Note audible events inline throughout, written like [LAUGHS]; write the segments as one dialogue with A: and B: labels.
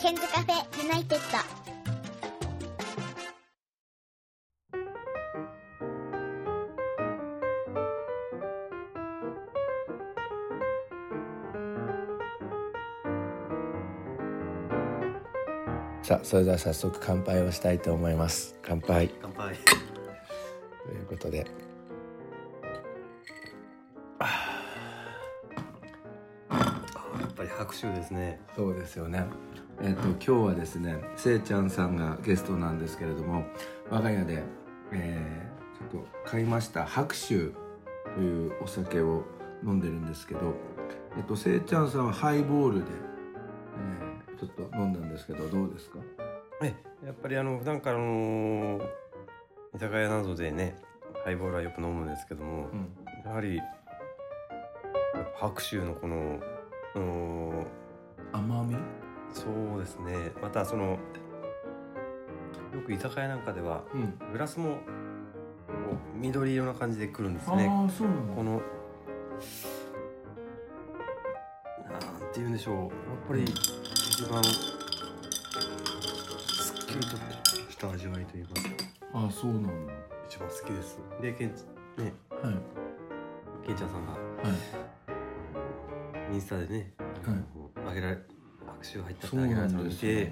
A: ケンズカフェユナイテッド。
B: さあそれでは早速乾杯をしたいと思います乾杯
C: 乾杯
B: ということで
C: あやっぱり拍手ですね
B: そうですよねえっと今日はですねせいちゃんさんがゲストなんですけれども我が家で、えーちょっと買いました白州というお酒を飲んでるんですけどえっとせいちゃんさんはハイボールで、えーちょっと飲んだんですけどどうですか
C: えやっぱりあの普段からあの居酒屋などでねハイボールはよく飲むんですけども、
B: ん
C: やはりやっぱ白州のこのあの
B: 甘み
C: そうですねまたそのよく居酒屋なんかでは
B: うん
C: グラスもこう緑色な感じで来るんですね
B: あそうな
C: このなんて言うんでしょうやっぱり一番すっきりとした味わいといいますか
B: ああそうなんだ
C: 一番好きですでけんね
B: はい
C: けんちゃんさんが
B: はい
C: インスタでね、あげられ拍手入ったって
B: そう
C: あげら
B: な
C: れたの
B: ん
C: を見
B: です
C: て
B: よ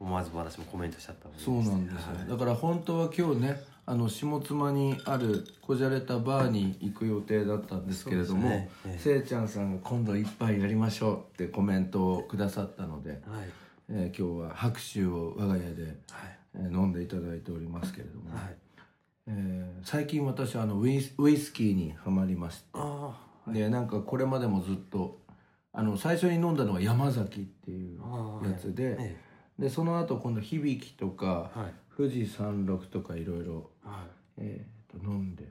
C: 思わず私もコメントしちゃった
B: そうなんですよ、だ
C: は
B: から本当は今日ねあの下妻にあるこじゃれたバーに行く予定だったんですけれども、
C: そうですねええ
B: せいちゃんさんが「今度一杯やりましょう」ってコメントをくださったので、
C: いはい
B: えー今日は白州を我が家で、えー飲んでいただいておりますけれども、
C: はい
B: えー最近私あのウイスウイスキーにはまりまして、
C: あ
B: でなんかこれまでもずっとあの最初に飲んだのは山崎っていう
C: あはい
B: やつで,、
C: え
B: でその後今度響とか、
C: えはい
B: 富士山麓とかいろいろ
C: はい
B: えー、と飲んで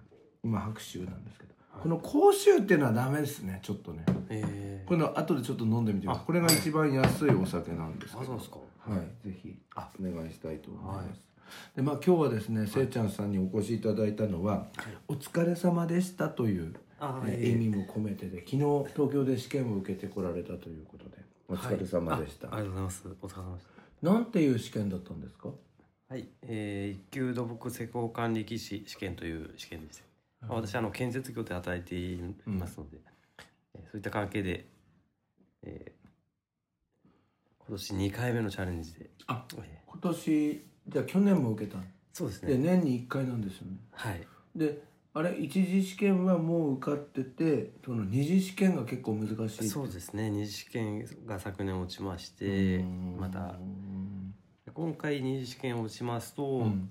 B: 今白州なんですけど、この甲州っていうのはダメですねちょっとね
C: ええ
B: この後でちょっと飲んでみてください
C: あ
B: これが一番安いお酒なんです
C: あ
B: け
C: そ
B: ど
C: うですか
B: はいぜひ
C: あ
B: お願いしたいと思います、でまあ今日はですねせいちゃんさんにお越しいただいたのは「お疲れ様でした」という、
C: あ
B: えー意味も込めてで昨日東京で試験を受けてこられたということで「お疲れ様でした」
C: はいあありがとうございますお疲れ様でした
B: なんていう試験だったんですか
C: はい、えー、一級土木施工管理技師試験という試験です、まあ私あの建設業で働いていますので、えーそういった関係で、えー今年2回目のチャレンジで
B: あ
C: えー
B: 今年じゃあ去年も受けた
C: そうです
B: で
C: ね
B: 年に1回なんですよね
C: はい
B: であれ一次試験はもう受かっててその二次試験が結構難しい
C: そううですね二次試験が昨年落ちまし
B: ー
C: て
B: ん
C: また今回二次試験落ちますと、
B: うん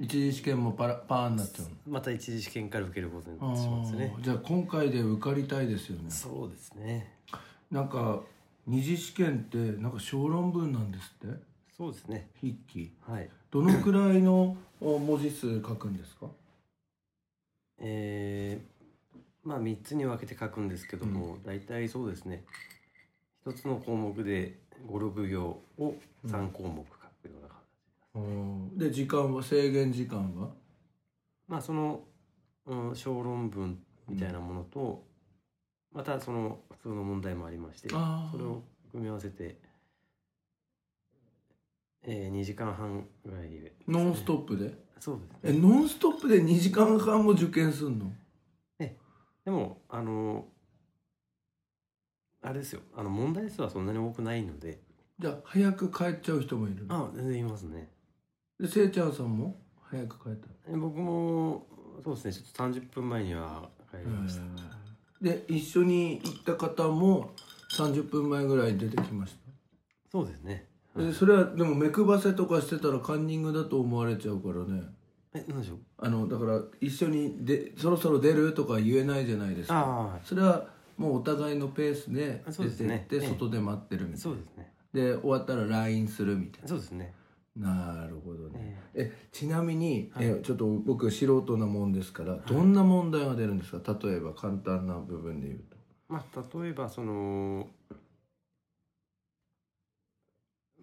B: 一次試験もパラパーになっちゃう
C: また一次試験から受けることにな
B: の
C: ってしまうんですね
B: あーじゃあ今回で受かりたいですよね
C: そうですね
B: なんか二次試験ってなんか小論文なんですって
C: そうですね
B: 筆記
C: はい
B: どのくらいのお文字数書くんですか
C: えーまあ3つに分けて書くんですけども、大体そうですね1つの項目で56行を3項目書くような形、
B: うんで時間は制限時間は
C: まあその、うん、小論文みたいなものと、またその普通の問題もありましてそ
B: あー
C: れを組み合わせて、え2時間半ぐらいで
B: ノンストップで
C: そうです
B: え
C: ね
B: ノンストップで2時間半も受験すんの
C: でもあのあれですよあの問題数はそんなに多くないので
B: じゃあ早く帰っちゃう人もいるの
C: あ全然いますね
B: でせいちゃんさんも早く帰った
C: え僕もそうですねちょっと30分前には帰りました
B: で一緒に行った方も30分前ぐらいに出てきまし
C: そうですね
B: たでそれはでも目配せとかしてたらカンニングだと思われちゃうからね
C: え何でしょう
B: あのだから一緒にでそろそろ出るとか言えないじゃないですか
C: あ
B: それはもうお互いのペースで
C: あそう
B: 出
C: です
B: て
C: ね
B: って
C: ええ
B: 外で待ってるみ
C: あ
B: たい
C: そう
B: な
C: ですね
B: で終わったら LINE するみたい
C: そうですね
B: ななるほどね
C: え
B: えちなみに、
C: はい
B: えちょっと僕素人なもんですから、どんな問題が出るんですか例えば簡単な部分で言うと。
C: まあ例えばその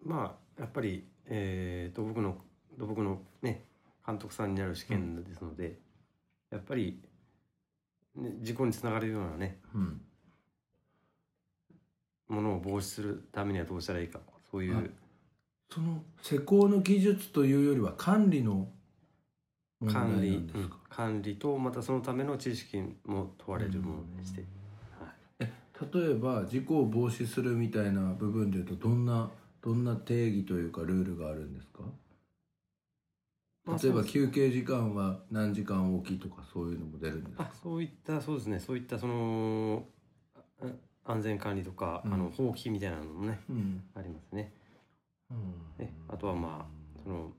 C: まあやっぱりえー、土木の土木のね監督さんになる試験ですので、やっぱり、ね、事故につながるようなね
B: うん、
C: ものを防止するためにはどうしたらいいかそういう
B: その施工の技術というよりは管理の問題
C: 管
B: な
C: 理
B: んですか、
C: 管理とまたそのための知識も問われるものにして、
B: 例えば事故を防止するみたいな部分でいうとどんなどんな定義というかルールがあるんですか
C: ま
B: 例
C: あ
B: え
C: そう
B: ば
C: です
B: 休憩時間は何時間おきとかそういうのも出るんですか
C: あそういったそうですねそういったそのあ安全管理とか、
B: うん
C: あの放棄みたいなのもね
B: うん、
C: ありますね
B: うん
C: ねあとはまその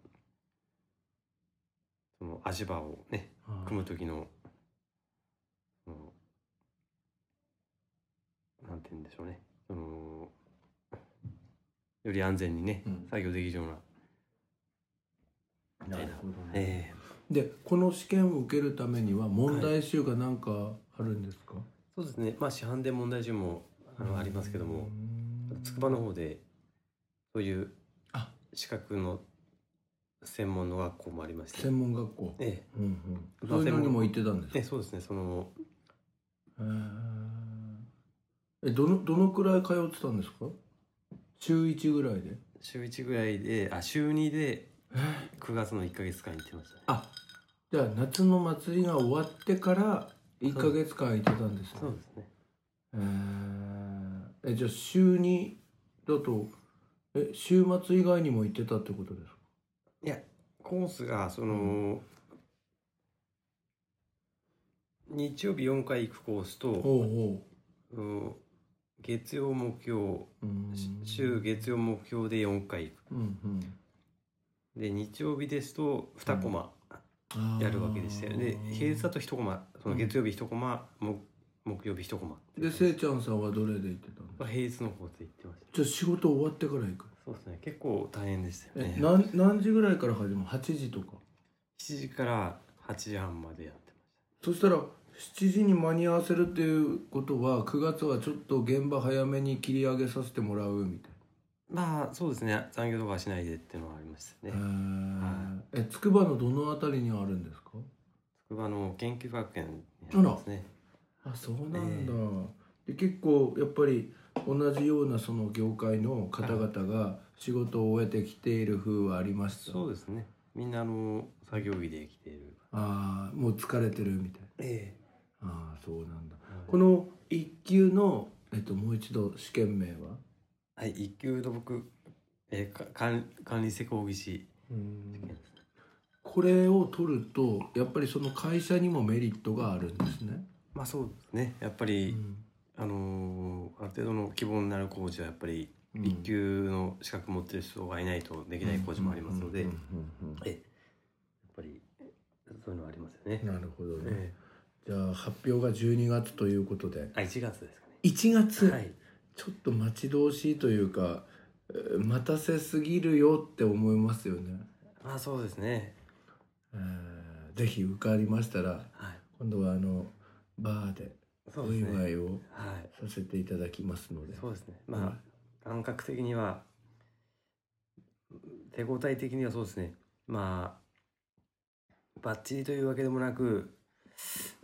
C: その足場をね
B: はい
C: 組む時のそのなんて言うんでしょうねそのより安全にね、
B: うん
C: 作業できるような、みたいな
B: るほどね
C: えー
B: でこの試験を受けるためには問題集が何かあるんですか、
C: そうですねまあ市販で問題集もあのありますけども、
B: うん
C: 筑波の方でそういう
B: あ
C: 資格の専門の学校もありまして、
B: 専門学校、
C: え
B: うんうん、
C: まあ
B: そういうのにも行ってたんです
C: え
B: か
C: ええそうですねその
B: へええどのどのくらい通ってたんですか週一ぐらいで
C: 週1ぐらいであ週2で9月の1か月間行ってましたね
B: あじゃあ夏の祭りが終わってから1か月間行ってたんですね
C: そうですね
B: へええじゃあ週にだとえ週末以外にも行ってたってことですか
C: いやコースがその、日曜日4回行くコースと、
B: ほうほ
C: うん月曜木曜
B: ううん
C: し週月曜木曜で4回行
B: うんうん
C: くで日曜日ですと2コマ、
B: あー
C: やるわけでしたよで平日だと一コマその月曜日一コマ、木木曜日一コマって
B: でせいちゃんさんはどれで行ってたんですか
C: 平日の方で行ってました
B: じゃあ仕事終わってから行く
C: そうですね結構大変でしたよ
B: え
C: ね
B: 何何時ぐらいから始まる8時とか
C: 7時から8時半までやって
B: そしたら7時に間に合わせるっていうことは9月はちょっと現場早めに切り上げさせてもらうみたい
C: ましたまあそうですね残業とかはしないでっていうのはありましたね
B: な、へーえつくばのどの辺りにあるんですか
C: 筑波の研究学園にありますね
B: あそうなんだ、で結構やっぱり同じようなその業界の方々が仕事を終えてきている風はありました
C: そうですねみんなあの作業着で来ている
B: ああもう疲れてるみたいな
C: え
B: ああそうなんだ
C: え
B: この一級の、えっと、もう一度試験名は
C: はい一級土木、えー、か管管理施工技師
B: これを取るとやっぱりその会社にもメリットがあるんですね。
C: まあそうですねやっぱり、あのーある程度の規模になる工事はやっぱり
B: うん
C: 一級の資格持ってる人がいないとできない工事もありますので、
B: うんうんうん
C: ええやっぱりそういうのはありますよね
B: う。んなるほどね。
C: え
B: じゃあ発表が12月ということで
C: えあ1月ですか
B: 1月、
C: ね。はい、
B: ちょっと待ち遠しいというかえー待たせすぎるよって思いますよね。
C: まあそうですね。
B: えーぜひ受かりましたら
C: はい、
B: 今度はあのバーで
C: そう
B: お
C: です
B: 祝
C: ね。
B: いを
C: はい、
B: させていただきますので。
C: そうですね。まあ感覚的には手応え的にはそうですね。まあバッチリというわけでもなく。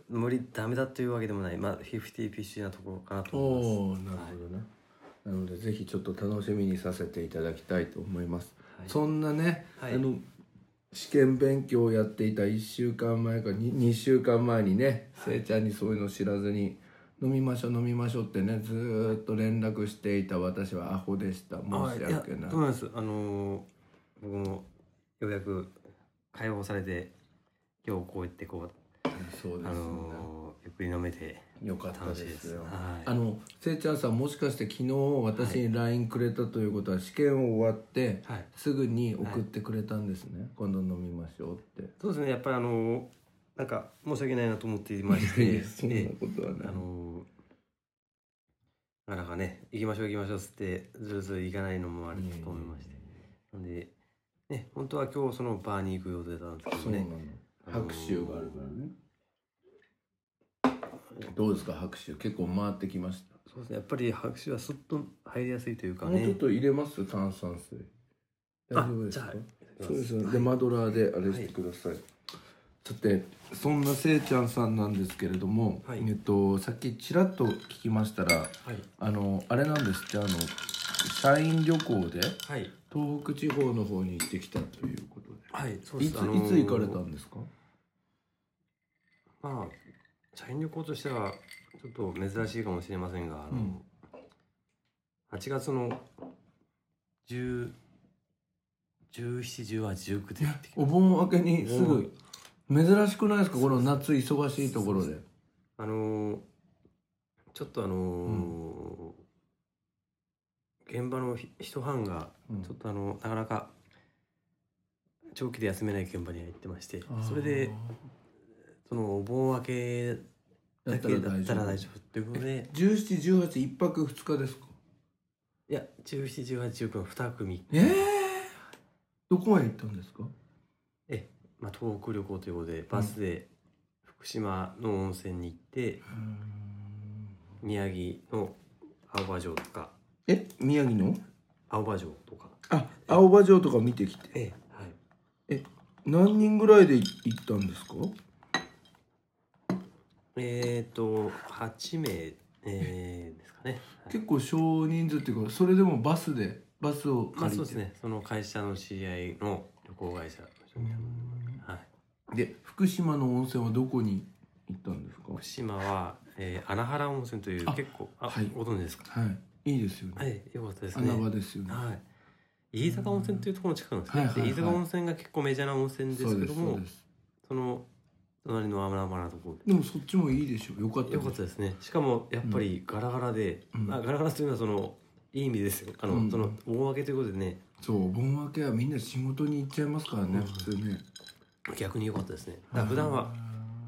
C: 無理ダメだというわけでもない、まあ、フィフティフィッシュなところかなと思いま
B: お
C: す。
B: おーなるほどね、なのでぜひちょっと楽しみにさせていただきたいと思います、
C: はい
B: そんなね、
C: はい
B: あの試験勉強をやっていた1週間前か 2, 2週間前にね、せいちゃんにそういうの知らずに飲みましょう飲みましょうってねずーっと連絡していた私はアホでした申し訳な
C: あ
B: い
C: やそうなんですあのー僕もようやく解放されて今日こう言ってこう
B: そうです、
C: あ
B: ね
C: のーゆっくり飲めて
B: よかった
C: 楽
B: で
C: しいです
B: すよ
C: はい
B: あのせいちゃんさんもしかして昨日私に LINE くれたということは試験を終わって、
C: はい
B: すぐに送ってくれたんですね、今度飲みましょうって
C: そうですねやっぱりあのーなんか申し訳ないなと思っていまして
B: そん [LAUGHS] な
C: え
B: ことは
C: え
B: ない、
C: あのーなかなかね行きましょう行きましょうっつってずるずる行かないのもあると思いましてなんでね本当は今日そのバーに行く予定だったんで
B: そ
C: すけど
B: うな
C: ね
B: の拍手があるからねどうですか拍手結構回ってきました
C: そうですねやっぱり拍手はすっと入りやすいというか
B: もうちょっ
C: ね
B: と入れます炭酸水大丈夫です
C: あ
B: か
C: じゃあ
B: そうですよねでマドラーであれしてください、さてそんなせいちゃんさんなんですけれども、
C: はい
B: えっと、さっきちらっと聞きましたら
C: はい
B: あのあれなんですってあの社員旅行で
C: はい
B: 東北地方の方に行ってきたということで
C: はいそう
B: い
C: で
B: つ,、
C: すあのー
B: いつ行かれたんですか
C: まあ社員旅行としてはちょっと珍しいかもしれませんが、あの
B: うん
C: 8月の10 171819で行ってき
B: お盆明けにすぐ珍しくないですかこの夏忙しいところで
C: あのーちょっとあのー現場のひ一班が
B: うん
C: ちょっとあのなかなか長期で休めない現場には行ってまして
B: あー
C: それでそのお盆明けだけだったら大丈
B: 夫
C: 夫っていうことで
B: 1718一泊二日ですか
C: いや171819の2組
B: ええどこへ行ったんですか
C: まあ、東北旅行ということでバスで福島の温泉に行って、宮城の青葉城とか
B: え宮城の
C: 青葉城とか
B: あ青葉城とか見てきて
C: えはい
B: 何人ぐらいで行ったんですか
C: えっ、ー、と8名、えー、です
B: [LAUGHS]
C: かね、はい
B: 結構少人数っていうかそれでもバスでバスを
C: まあ
B: 借りて、
C: そうですねその会社の知り合いの旅行会社の人に頼んではい
B: で福島の温泉はどこに行ったんですか
C: 福島は、えー、穴原温泉という
B: あ
C: 結構あ、
B: はい
C: ご存知ですか
B: はいいいですよね、
C: はいよかったですね
B: 穴場ですよね
C: はい飯坂温泉というところの近くなんですね、
B: はいはいはい
C: で飯坂温泉が結構メジャーな温泉で
B: そう
C: すけ
B: です
C: ど
B: そう
C: も
B: です
C: その隣の穴場なところで
B: でもそっちもいいでしょよかったです
C: よかったですねしかもやっぱりガラガラで、
B: うん
C: あガラガラというのはそのいい意味ですよあの、
B: うん
C: その大分けということでね
B: そうお盆明けはみんな仕事に行っちゃいますからね、
C: うん
B: 普通ね
C: 逆に良かったですねだから普段は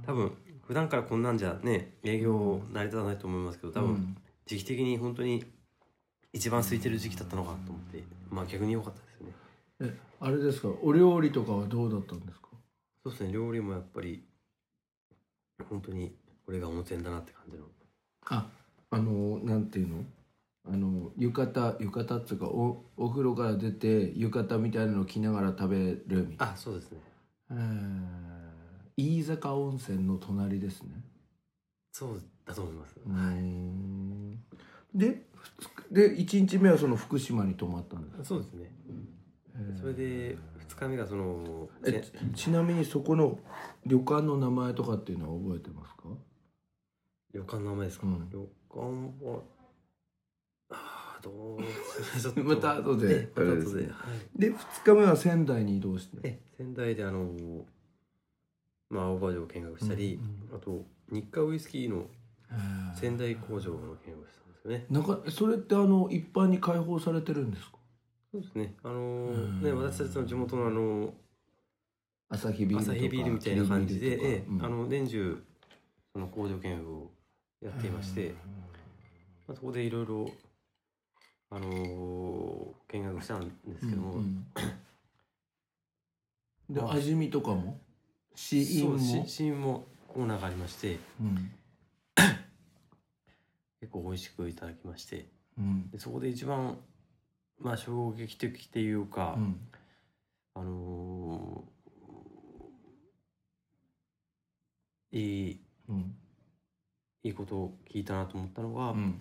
C: 多分普段からこんなんじゃね営業成り立たないと思いますけど多
B: う
C: 分
B: ん
C: 時期的に本当に一番空いてる時期だったのかなと思ってまあ逆に良かったですよね
B: えあれですかお料理とかはどうだったんですか
C: そうですね料理もやっぱり本当にこれが温泉だなって感じの
B: ああのなんていうのあの浴衣浴衣っていうかおお風呂から出て浴衣みたいなのを着ながら食べるみたいな
C: あそうですね
B: えー飯坂温泉の隣ですね
C: そうだと思います、
B: うーんで二日で1日目はその福島に泊まったんです
C: そうですね
B: えー
C: それで2日目がその
B: え
C: ね
B: ちちなみにそこの旅館の名前とかっていうのは覚えてますか
C: 旅館の名前ですか、
B: うん
C: 旅館はああ
B: [LAUGHS]
C: どうちょっと
B: また後で
C: ねまた
B: あれで
C: 後
B: す
C: で
B: ね
C: はい
B: で2日目は仙台に移動して
C: え仙台であのまあ青葉城を見学したり、
B: うん
C: あと日課ウイスキーの
B: えー
C: 仙台工場の見学したんですよね
B: なんかそれってあの一般に開放されてるんですか
C: そうですねあの
B: ん
C: ね私たちの地元のあの
B: 朝日ビールと
C: 朝
B: か
C: 日ビールみたいな感じで、
B: キリビール
C: ええ
B: とかうん
C: あの年中その工場見学をやっていまして、まあ、そこでいろいろあの見学したんですけども、
B: うんうんで
C: まあ
B: 味見とかも試飲
C: そう
B: も
C: し試飲もコーナーがありまして
B: うん
C: 結構美味しくいただきまして
B: うん
C: でそこで一番まあ衝撃的っていうか、
B: うん
C: あのーいい
B: うん
C: いいことを聞いたなと思ったのが、
B: うん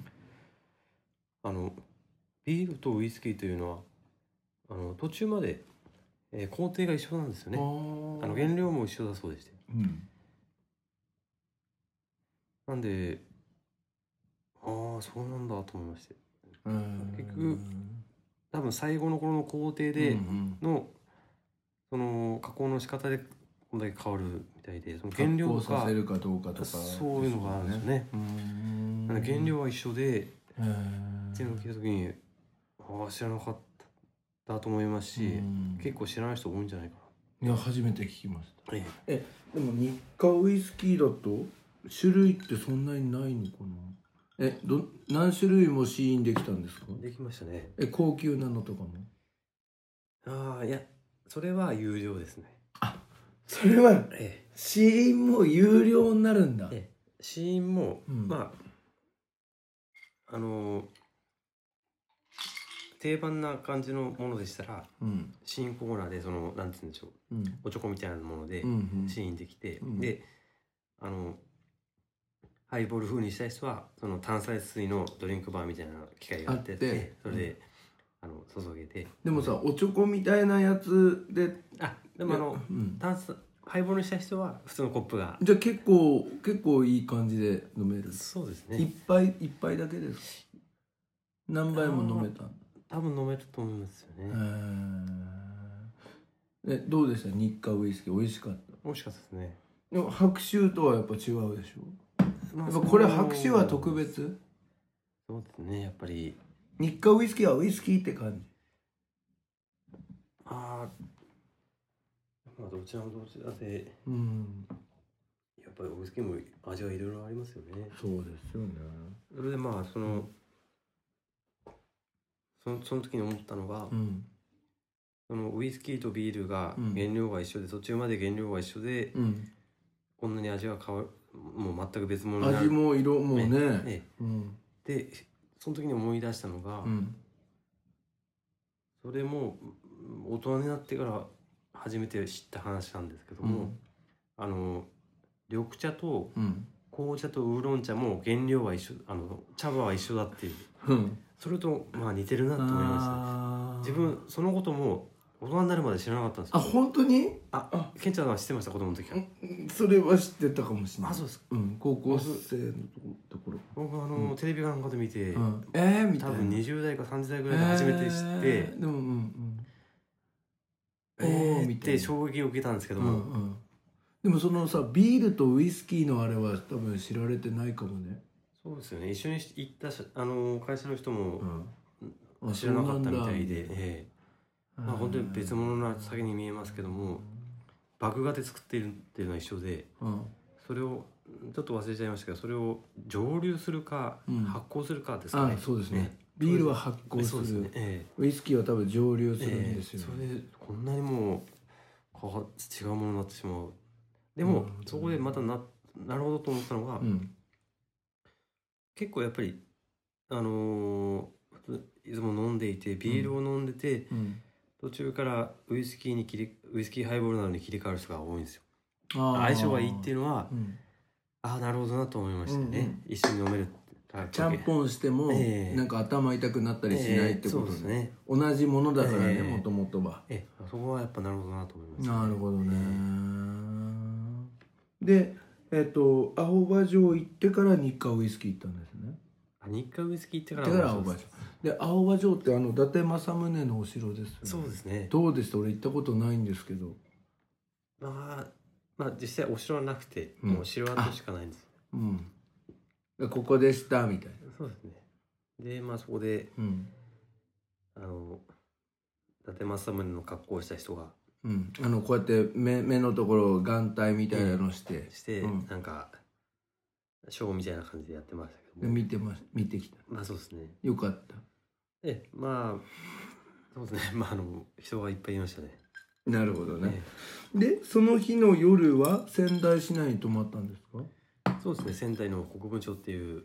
C: あのビールとウイスキーというのはあの途中まで、えー工程が一緒なんですよねあ
B: あ
C: の原料も一緒だそうでして
B: うん
C: なんでああそうなんだと思いまして
B: うん
C: 結局多分最後の頃の工程で
B: うん
C: の、その加工の仕方でこんだけ変わるみたいでその
B: うん
C: 原料
B: 発
C: と
B: 酵さ
C: か
B: せるかどうかとか
C: そういうのがあるんですよね
B: うん
C: なんで原料は一緒で
B: うん
C: っていうのを聞いた時にああ知らなかったと思いますし、
B: うん
C: 結構知らない人多いんじゃないか
B: いや初めて聞きました
C: な、え
B: でも日課ウイスキーだと種類ってそんなにないのかなえど何種類も試飲できたんですか
C: えできましたね
B: え高級なのとかも
C: ああいやそれは有料ですね
B: それは
C: え
B: 試飲も有料になるんだ
C: えええ試飲も、
B: うん
C: まああのー定番な感じのものでしたら
B: うん
C: 試飲コーナーでそのなんて言うんでしょう
B: うん
C: おちょこみたいなもので
B: うんうん
C: 試飲できて、
B: うん
C: であのハイボール風にしたい人はその炭酸水のドリンクバーみたいな機械があって
B: あって
C: それであの注げて
B: でもさおちょこみたいなやつで
C: あでもあの
B: うん
C: 炭酸ハイボールにした人は普通のコップが
B: じゃあ結構結構いい感じで飲める
C: そうです
B: 一
C: ね
B: 杯一杯だけですか何杯も飲めた
C: 多分飲めると思いますよね、
B: へーえどうでした日課ウイスキー美味しかった
C: もしかしたらですね
B: でも白州とはやっぱ違うでしょ
C: ま
B: や
C: あ
B: っぱこれ白州は特別
C: そうですねやっぱり
B: 日課ウイスキーはウイスキーって感
C: あーまあどちらもどちらで
B: じうん
C: やっぱりお酒も味はいろいろありますよね
B: そうですよね
C: それでまあそのそのその時に思ったのが、
B: うん
C: そのウイスキーとビールが
B: うん
C: 原料が一緒で、途中まで原料が一緒で、
B: うん
C: こんなに味は変わるもう全く別物になる
B: 味も色もね
C: え
B: うん
C: えでその時に思い出したのが、
B: うん
C: それもうん大人になってから初めて知った話なんですけども、あの緑茶と
B: うん
C: 紅茶とウーロン茶も原料は一緒あの茶葉は一緒だっていう
B: うん
C: それとまあ似てるなと思いました
B: あー
C: 自分そのことも大人になるまで知らなかったんです
B: あ
C: よ
B: 本当に
C: あケンちゃんは知ってました子供の時から、
B: うんそれは知ってたかもしれない
C: あそうです
B: うん高校生のところ
C: 僕あの、テレビかなんかで見て、
B: うんえーみたい
C: 多
B: な
C: 分20代か30代ぐらいで初めて知って
B: えーでもうんうん
C: えー
B: おー
C: っ
B: みたい
C: て
B: な
C: 衝撃を受けたんですけ
B: う
C: ど
B: んう
C: も、
B: んでもそのさビールとウイスキーのあれは多分知られてないかもね
C: そうですよね一緒に行ったしあの会社の人も
B: あ
C: 知らなかったみ
B: そう
C: た
B: ないん
C: で、
B: だ
C: ええまあ、本当に別物な酒に見えますけども麦芽で作っているっていうのは一緒で
B: うん
C: それをちょっと忘れちゃいましたけどそれを蒸留するか
B: うん
C: 発酵するかですかね、
B: あそうですね
C: ええ
B: ビールは発酵
C: そうですすね
B: る
C: え
B: ウイスキーは多分蒸留
C: え
B: するんですよ
C: ええそれでこんなにも変わ違うものになってしまうでも、
B: うん
C: そこでまたななるほどと思ったのが、
B: うん
C: 結構やっぱりあのー普通いつも飲んでいてビールを飲んでて、
B: うん
C: 途中からウイスキーに切りウイスキーハイボールなどに切り替わる人が多いんですよ
B: あー
C: 相性がいいっていうのは
B: うん
C: ああなるほどなと思いましたね、
B: うん
C: 一緒に飲める
B: ちゃんぽんしても
C: ええ
B: なんか頭痛くなったりしないってこと
C: ええそうです
B: ね
C: ね
B: 同じものだからね
C: ええ
B: もともとは
C: ええそこはやっぱなるほどなと思いました、
B: なるほどね。で、えっ、と、青葉城行ってから日課ウイスキー行ったんですね。
C: あ日課ウイスキー行ってか
B: だ
C: ら
B: から青葉城。で、青葉城ってあの伊達政宗のお城ですよね。
C: そうですね
B: どうでした？俺行ったことないんですけど。
C: まあまあ実際お城はなくて、
B: うん
C: もう城跡しかないんです
B: うん。でここでしたみたいな。
C: そうですねでまあそこで
B: うん。
C: あの伊達政宗の格好をした人が
B: うん、あのこうやって目目のところを眼帯みたいなのして、
C: して、
B: うん
C: なんかショーみたいな感じでやってましたけ
B: で
C: ども
B: 見てます見てきた
C: まあそうですね
B: よかった
C: ええまあそうですね [LAUGHS] まああの人がいっぱいいましたね
B: なるほど
C: ね
B: ね、でその日の夜は仙台市内に泊まったんですか
C: そうですね仙台の国分町っていう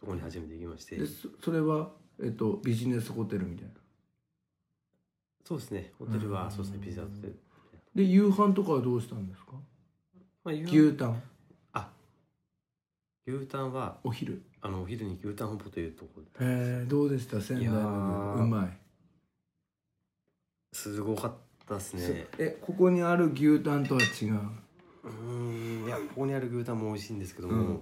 C: ところに初めて行きまして
B: でそそれは、えっと、ビジネスホテルみたいな
C: そうですねホテル
B: う
C: は
B: ん
C: そうですねビザホテル
B: で夕飯とかはどうしたんですか
C: まあ
B: 牛タン
C: あ牛タンは
B: お昼
C: あのお昼に牛タン本舗というところで
B: へえどうでした仙台
C: いや
B: の
C: ー
B: うまい
C: すごかったですね
B: えここにある牛タンとは違う
C: うーんいやここにある牛タンも美味しいんですけども、
B: うん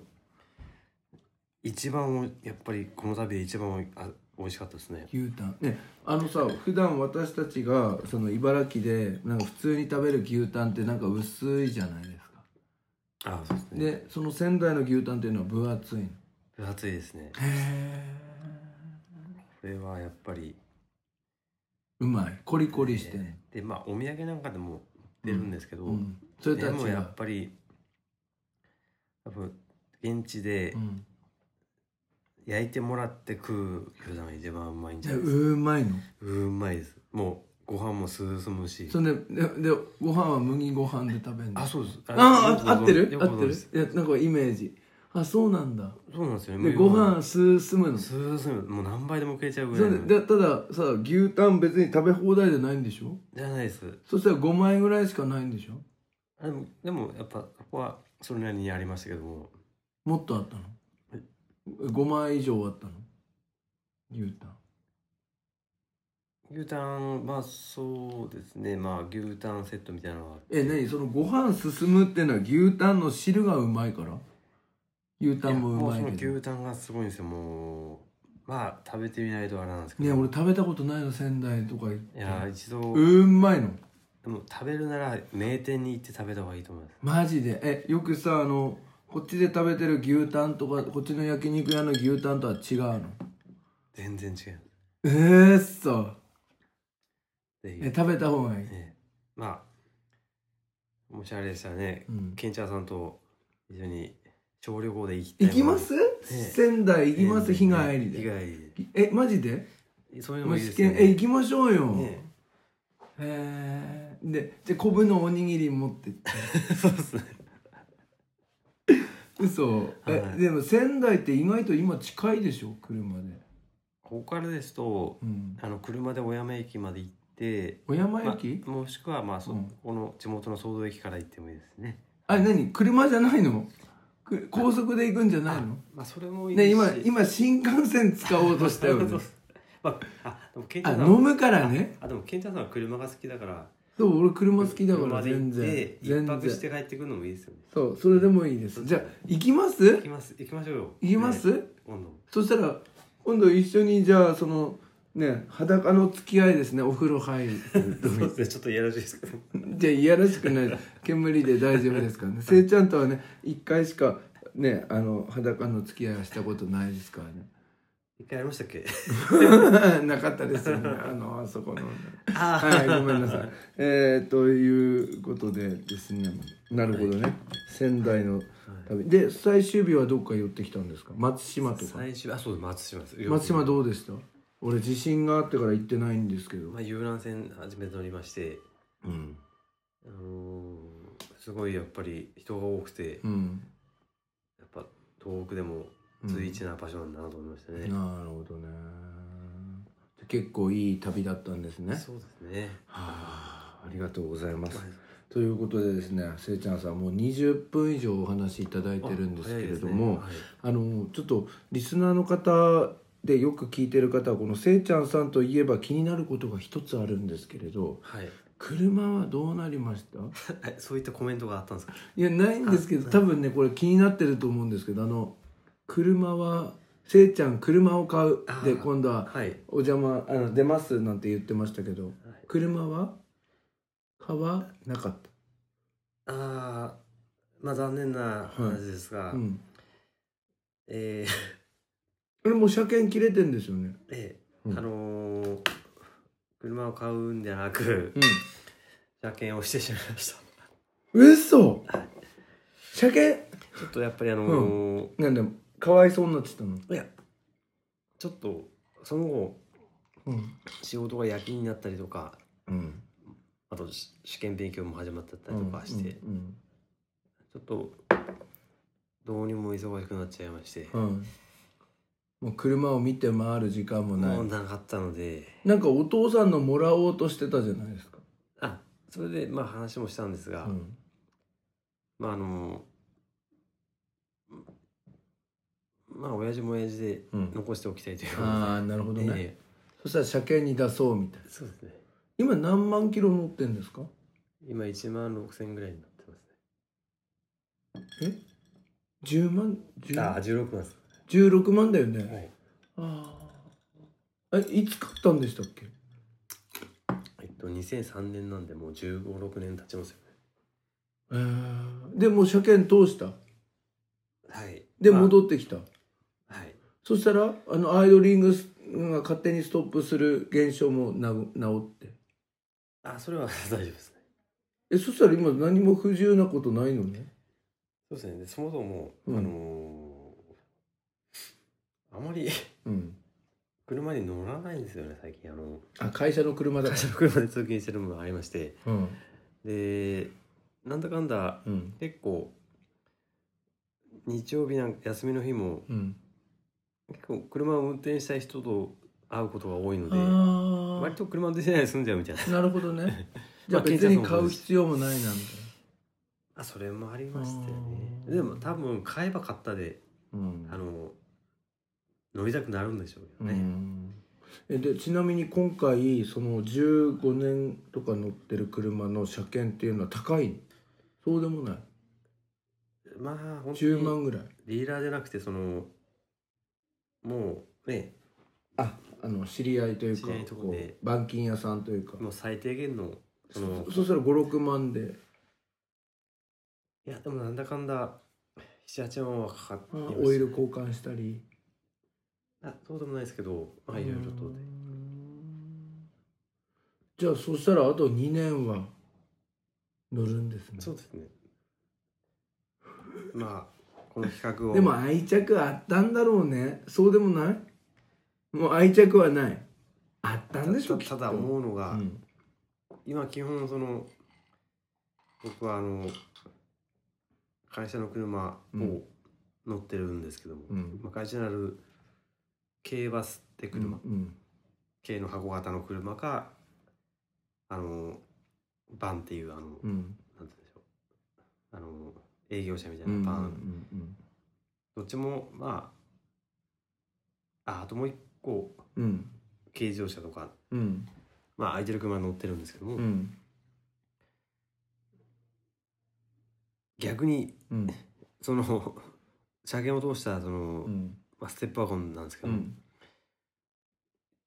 C: 一番おやっぱりこの旅で一番おいあ美味しかったですね
B: 牛タンねあのさ普段私たちがその茨城でなんか普通に食べる牛タンってなんか薄いじゃないですか
C: あそうですね
B: でその仙台の牛タンっていうのは分厚いの
C: 分厚いですね
B: へえ
C: これはやっぱり
B: うまいコリコリしてね、
C: でまあお土産なんかでも出るんですけど、
B: うん、それと
C: で
B: は
C: も
B: 違
C: や
B: う
C: っぱり多分現地で
B: うん
C: 焼いてもらって食う牛タンが一番うまいんじ
B: じ
C: ゃ
B: ゃあう
C: ないですか
B: まいの
C: うーうまいですもうご飯も進むし
B: それでででご飯は麦ご飯で食べるの
C: あそうです
B: ああ
C: よく
B: 合ってる
C: よく
B: 合
C: ご
B: っ
C: 存
B: て
C: 知
B: る
C: です
B: いやなんかイメージあそうなんだ
C: そうなんですよね
B: で
C: も
B: ご
C: う
B: 飯す進むのそ
C: 進むもう何杯でも食えちゃうぐら
B: れ
C: いの
B: ででたださ牛タン別に食べ放題じゃないんでしょ
C: じゃないです
B: そしたら5枚ぐらいしかないんでしょ
C: あでもでもやっぱここはそれなりにありましたけども
B: もっとあったの
C: え
B: 5枚以上あったの牛タン
C: 牛タンまあそうですねまあ牛タンセットみたいなのは
B: え何そのご飯進むっていうのは牛タンの汁がうまいから牛タンもうま
C: いやも
B: いう
C: そ
B: け
C: の
B: ど
C: 牛タンがすごいんですよもうまあ食べてみないとあれなんですけど
B: ね俺食べたことないの仙台とか行って
C: いや一度
B: うーんまいの
C: でも食べるなら名店に行って食べた方がいいと思います
B: マジでえよくさあのこっちで食べてる牛タンとかこっちの焼肉屋の牛タンとは違うの
C: 全然違う
B: えー、っそ
C: ぜひ
B: え食べた方がいい、
C: ええまあもしあれでしたらね
B: うん、
C: ケンチャーさんと一緒に小旅行で行って
B: 行きます、仙台行きます、日帰りで
C: 日帰
B: えマジで
C: りでそういうのも
B: も
C: いういで
B: 試
C: すよ
B: 験
C: ね
B: え行きましょうよ、
C: ね
B: へえでじゃあ昆布のおにぎり持ってって [LAUGHS]
C: そうですね
B: 嘘え、
C: はい
B: でも仙台って意外と今近いでしょ車で
C: ここからですと
B: うん
C: あの車で小山駅まで行って
B: 小山駅、
C: まあもしくはまあそ、
B: うん
C: この地元の総動駅から行ってもいいですね
B: あれ何車じゃないのく高速で行くんじゃないの
C: まあそれもいいし
B: ね今今新幹線使おうとしたよね
C: まああでもケンち
B: あ
C: ゃんさん
B: 飲むからね
C: あでもケンちゃんさんは車が好きだから
B: そう俺車好きだから
C: 車で
B: 全
C: 行って
B: 然
C: 一
B: 全
C: 泊して
B: 然
C: 帰ってくるのもいいですよね
B: そうそれでもいいですじゃあ行きま
C: 行
B: す
C: きます行きましょうよ
B: 行きます、
C: ね今度
B: そしたら今度一緒にじゃあそのね裸の付き合いですねお風呂入る
C: [LAUGHS] そうですねちょっといやらしいですけど
B: じゃあいやらしくない煙で大丈夫です
C: [LAUGHS]
B: からねせいちゃんとはね一回しかねあの裸の付き合いはしたことないですからね
C: 一回やりましたっけ
B: [LAUGHS] なかったですよねあのあそこの、ね、
C: あ
B: [LAUGHS]
C: ー
B: はいごめんなさいえー、ということでですねなるほどね、仙台の旅で最終日はどっか寄ってきたんですか松島とか
C: 最終あそう松島です
B: 松島どうでした俺地震があってから行ってないんですけど、
C: まあ、遊覧船初めて乗りまして、
B: うん
C: あのーすごいやっぱり人が多くて、
B: うん
C: やっぱ東北でも随一な場所なんだなと思いましたね、
B: なるほどね結構いい旅だったんですね
C: そうですね
B: はあありがとうございます
C: はい
B: ということでですねせいちゃんさんもう20分以上お話しいただいてるんですけれども、
C: あ早いですね
B: あのちょっとリスナーの方でよく聞いてる方はこのせいちゃんさんといえば気になることが一つあるんですけれど
C: はい、
B: 車はどうなりました
C: はいえそういった [LAUGHS] コメントがあったんですか
B: いやないんですけど
C: あ
B: 多分ねこれ気になってると思うんですけどあの車はせいちゃん車を買う
C: あ
B: で
C: ー
B: 今度は
C: はい
B: お邪魔あの出ますなんて言ってましたけど車は買わなかっ
C: あーまあ残念な話ですが、
B: たうん
C: えー [LAUGHS]
B: これもう車検切れてんですよね
C: えー
B: うん
C: あのー車を買うんじゃなく
B: う
C: 車検をしてしまいました
B: ん嘘車検
C: ちょっとやっぱりあのー
B: なんだかわいそうになってたの
C: いやちょっとその後
B: うん
C: 仕事が夜勤になったりとか
B: うん
C: あとし試験勉強も始まってたりとかして、
B: うん
C: ちょっとどうにも忙しくなっちゃいまして、
B: うんうんもう車を見て回る時間もない
C: もうなかったので
B: なんかお父さんのもらおうとしてたじゃないですか
C: あそれでまあ話もしたんですが、
B: うん
C: まああのまあ親父も親父で
B: うん
C: 残しておきたいという
B: ああ
C: か、
B: なるほど
C: え
B: ね、
C: え
B: そしたら車検に出そうみたいな
C: そうですね
B: 今何万キロ乗ってんですか
C: 今1万6000ぐらいになってます
B: 10万
C: ねああ
B: 10
C: 16万です
B: 16万だよね、
C: はい
B: ああえいつ買ったんでしたっけ
C: えっと2003年なんでもう1 5 6年経ちますよ
B: えーでもう車検通した
C: はい。
B: で
C: まあ
B: 戻ってきた、
C: はい。
B: そしたらあのアイドリングスが勝手にストップする現象もな治って
C: あ、それは [LAUGHS] 大丈夫ですね。
B: えそしたら今何も不自由なことないのね
C: そうですね。でそもそも、
B: うん
C: あのーあまり [LAUGHS]
B: うん
C: 車に乗らないんですよね、最近。あの、
B: あ会社の車だ
C: [LAUGHS] 会社の車で通勤してるのもありまして。
B: うん
C: で、なんだかんだ、
B: うん
C: 結構、日曜日なんか休みの日も、
B: うん
C: 結構車を運転したい人と会うことが多いので、
B: あ
C: 割と車運転しないで済んじゃうみたいな。 [LAUGHS]
B: あなるほどねじ
C: ま
B: ゃ
C: あ
B: あ別に買う必要もないなみたい
C: あ、それもありましたよ
B: あー
C: ね。でも多分、買えば買ったで、
B: な、うん
C: あの乗りたくなるんでしょうけど
B: う
C: ね、
B: んえでちなみに今回その15年とか乗ってる車の車検っていうのは高いそうでもない
C: まあ本当
B: 10
C: に
B: 万ぐらい
C: ディーラーじゃなくてそのもうね
B: ああの知り合いというか
C: 知り合いとか
B: こ
C: で
B: う板金屋さんというか
C: もう最低限のその
B: そそしたら56万で
C: いやでもなんだかんだ78万はかかって
B: あ
C: ま
B: オイ
C: す
B: ル交換したり
C: あそうでもないですけどまあいろいろと
B: うー
C: で
B: んじゃあそしたらあと2年は乗るんですね
C: そうですねまあこの企画を
B: でも愛着あったんだろうねそうでもないもう愛着はないあったんでしょ
C: たただ思うのが、
B: うん
C: 今基本その僕はあの会社の車を乗ってるんですけども、
B: うん
C: まあ、会社にある軽バスって車、
B: うん
C: 軽の箱型の車かあのバンっていうあの、なんて
B: うん
C: 言うんでしょうあの営業車みたい
B: うんうん
C: な
B: う
C: バン、
B: ん
C: どっちもまあああともう一個
B: うん
C: 軽乗車とか
B: うん
C: まあ空いてる車乗ってるんですけども、
B: うん
C: 逆に
B: うん
C: その車検を通したその、
B: うん
C: まあ、ステップワゴンなんですけ
B: う
C: ど、
B: ん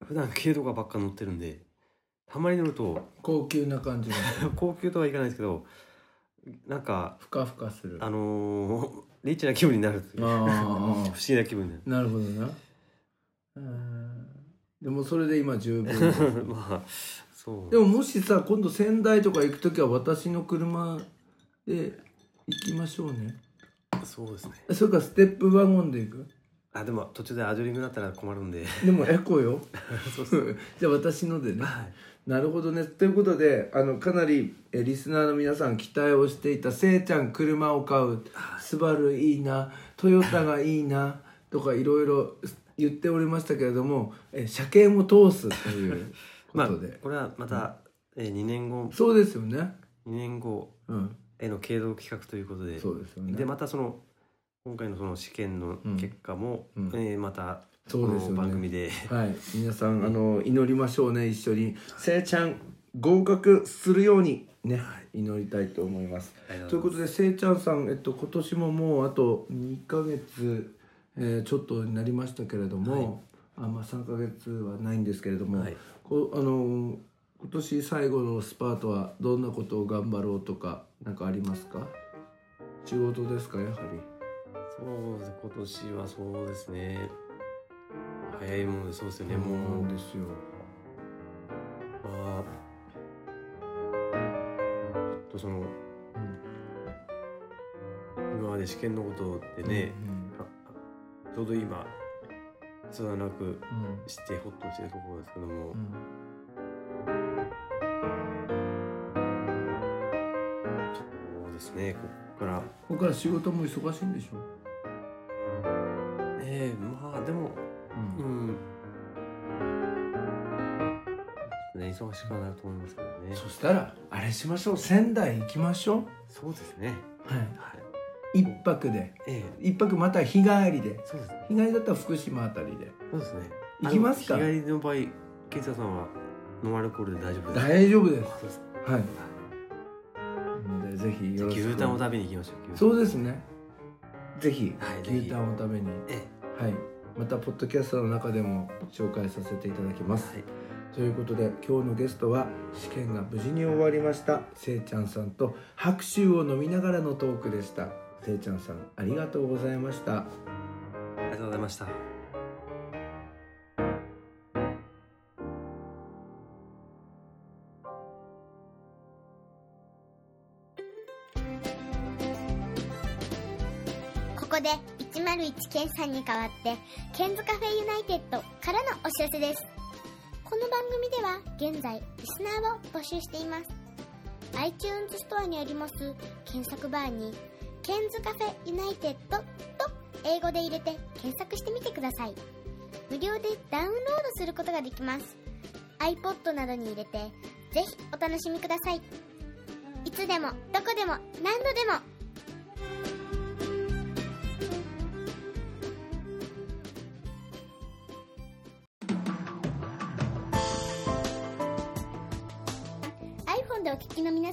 C: 普段軽とかばっか乗ってるんでたまに乗ると [LAUGHS]
B: 高級な感じが
C: 高級とはいかないですけどなんか
B: ふかふかする
C: あ
B: あ
C: のーリッチな気分になるという
B: あ
C: 不
B: あ
C: 思議な気分になる
B: あなるほどなうんでもそれで今十分
C: [LAUGHS] まあそう
B: でももしさ今度仙台とか行く時は私の車で行きましょうね
C: そうですね
B: それからステップワゴンで行く
C: あでも途中でアドリブになったら困るんで [LAUGHS]
B: でもエコよ
C: そうですね
B: [LAUGHS] じゃあ私のでね
C: はい
B: なるほどねということであのかなりえリスナーの皆さん期待をしていた「せいちゃん車を買う」「スバルいいな」「トヨタがいいな」とかいろいろ言っておりましたけれどもえ車検を通すというこ
C: [LAUGHS] まあ
B: とで、
C: これはまた、えー、2年後
B: そうですよね
C: 2年後
B: うん
C: への継続企画ということで
B: そうですよね
C: でまたその今回のその試験の結果も、
B: うんうん
C: えーまたこ
B: そう
C: の
B: ですよね
C: 番組で
B: はい、皆さんあの祈りましょうね一緒にせいちゃん合格するようにね祈りたいと思います。ということでせいちゃんさん、えっと、今年ももうあと2ヶ月、えーちょっとになりましたけれども、あまあ、3ヶ月はないんですけれども、
C: はい
B: こあの今年最後のスパートはどんなことを頑張ろうとか何かありますか仕事ですかやはり。
C: そうです今年はそうですね早いものでそうですよねもう、
B: なんですよ。
C: まあちょっとその
B: うん
C: 今まで試験のことでね、あちょうど今つはなく
B: うんうん
C: してほっとしてるところですけども、
B: うん
C: そうですねここから
B: ここから仕事も忙しいんでしょ、
C: ええまあでも
B: う
C: うんんね忙しくはなると思いますけどね
B: そしたらあれしましょう仙台行きましょ
C: そうですね
B: う、は
C: はい
B: い、一泊で
C: ええ
B: 一泊または日帰りで
C: そうですね
B: 日帰りだったら福島あたりで
C: そうですね
B: 行きますか
C: あの日帰りの場合ケンさんはノンアルコールで大丈夫です
B: 大丈夫です
C: そうです
B: はいなのでぜひよろしく
C: 牛タンを食べに行きましょう
B: そううですねぜひ
C: はいぜひ
B: 牛タンを食べに
C: え
B: はいまたポッドキャストの中でも紹介させていただきます、
C: はい
B: ということで今日のゲストは試験が無事に終わりましたせいちゃんさんと拍手を飲みながらのトークでしたせいちゃんさんありがとうございました
C: ありがとうございました
A: ここで101ケンさんに代わってケンズカフェユナイテッドからのお知らせですこの番組では現在リスナーを募集しています iTunes ストアにあります検索バーに「ケンズカフェユナイテッド」と英語で入れて検索してみてください無料でダウンロードすることができます iPod などに入れてぜひお楽しみくださいいつでもどこでも何度でもでお聞きの皆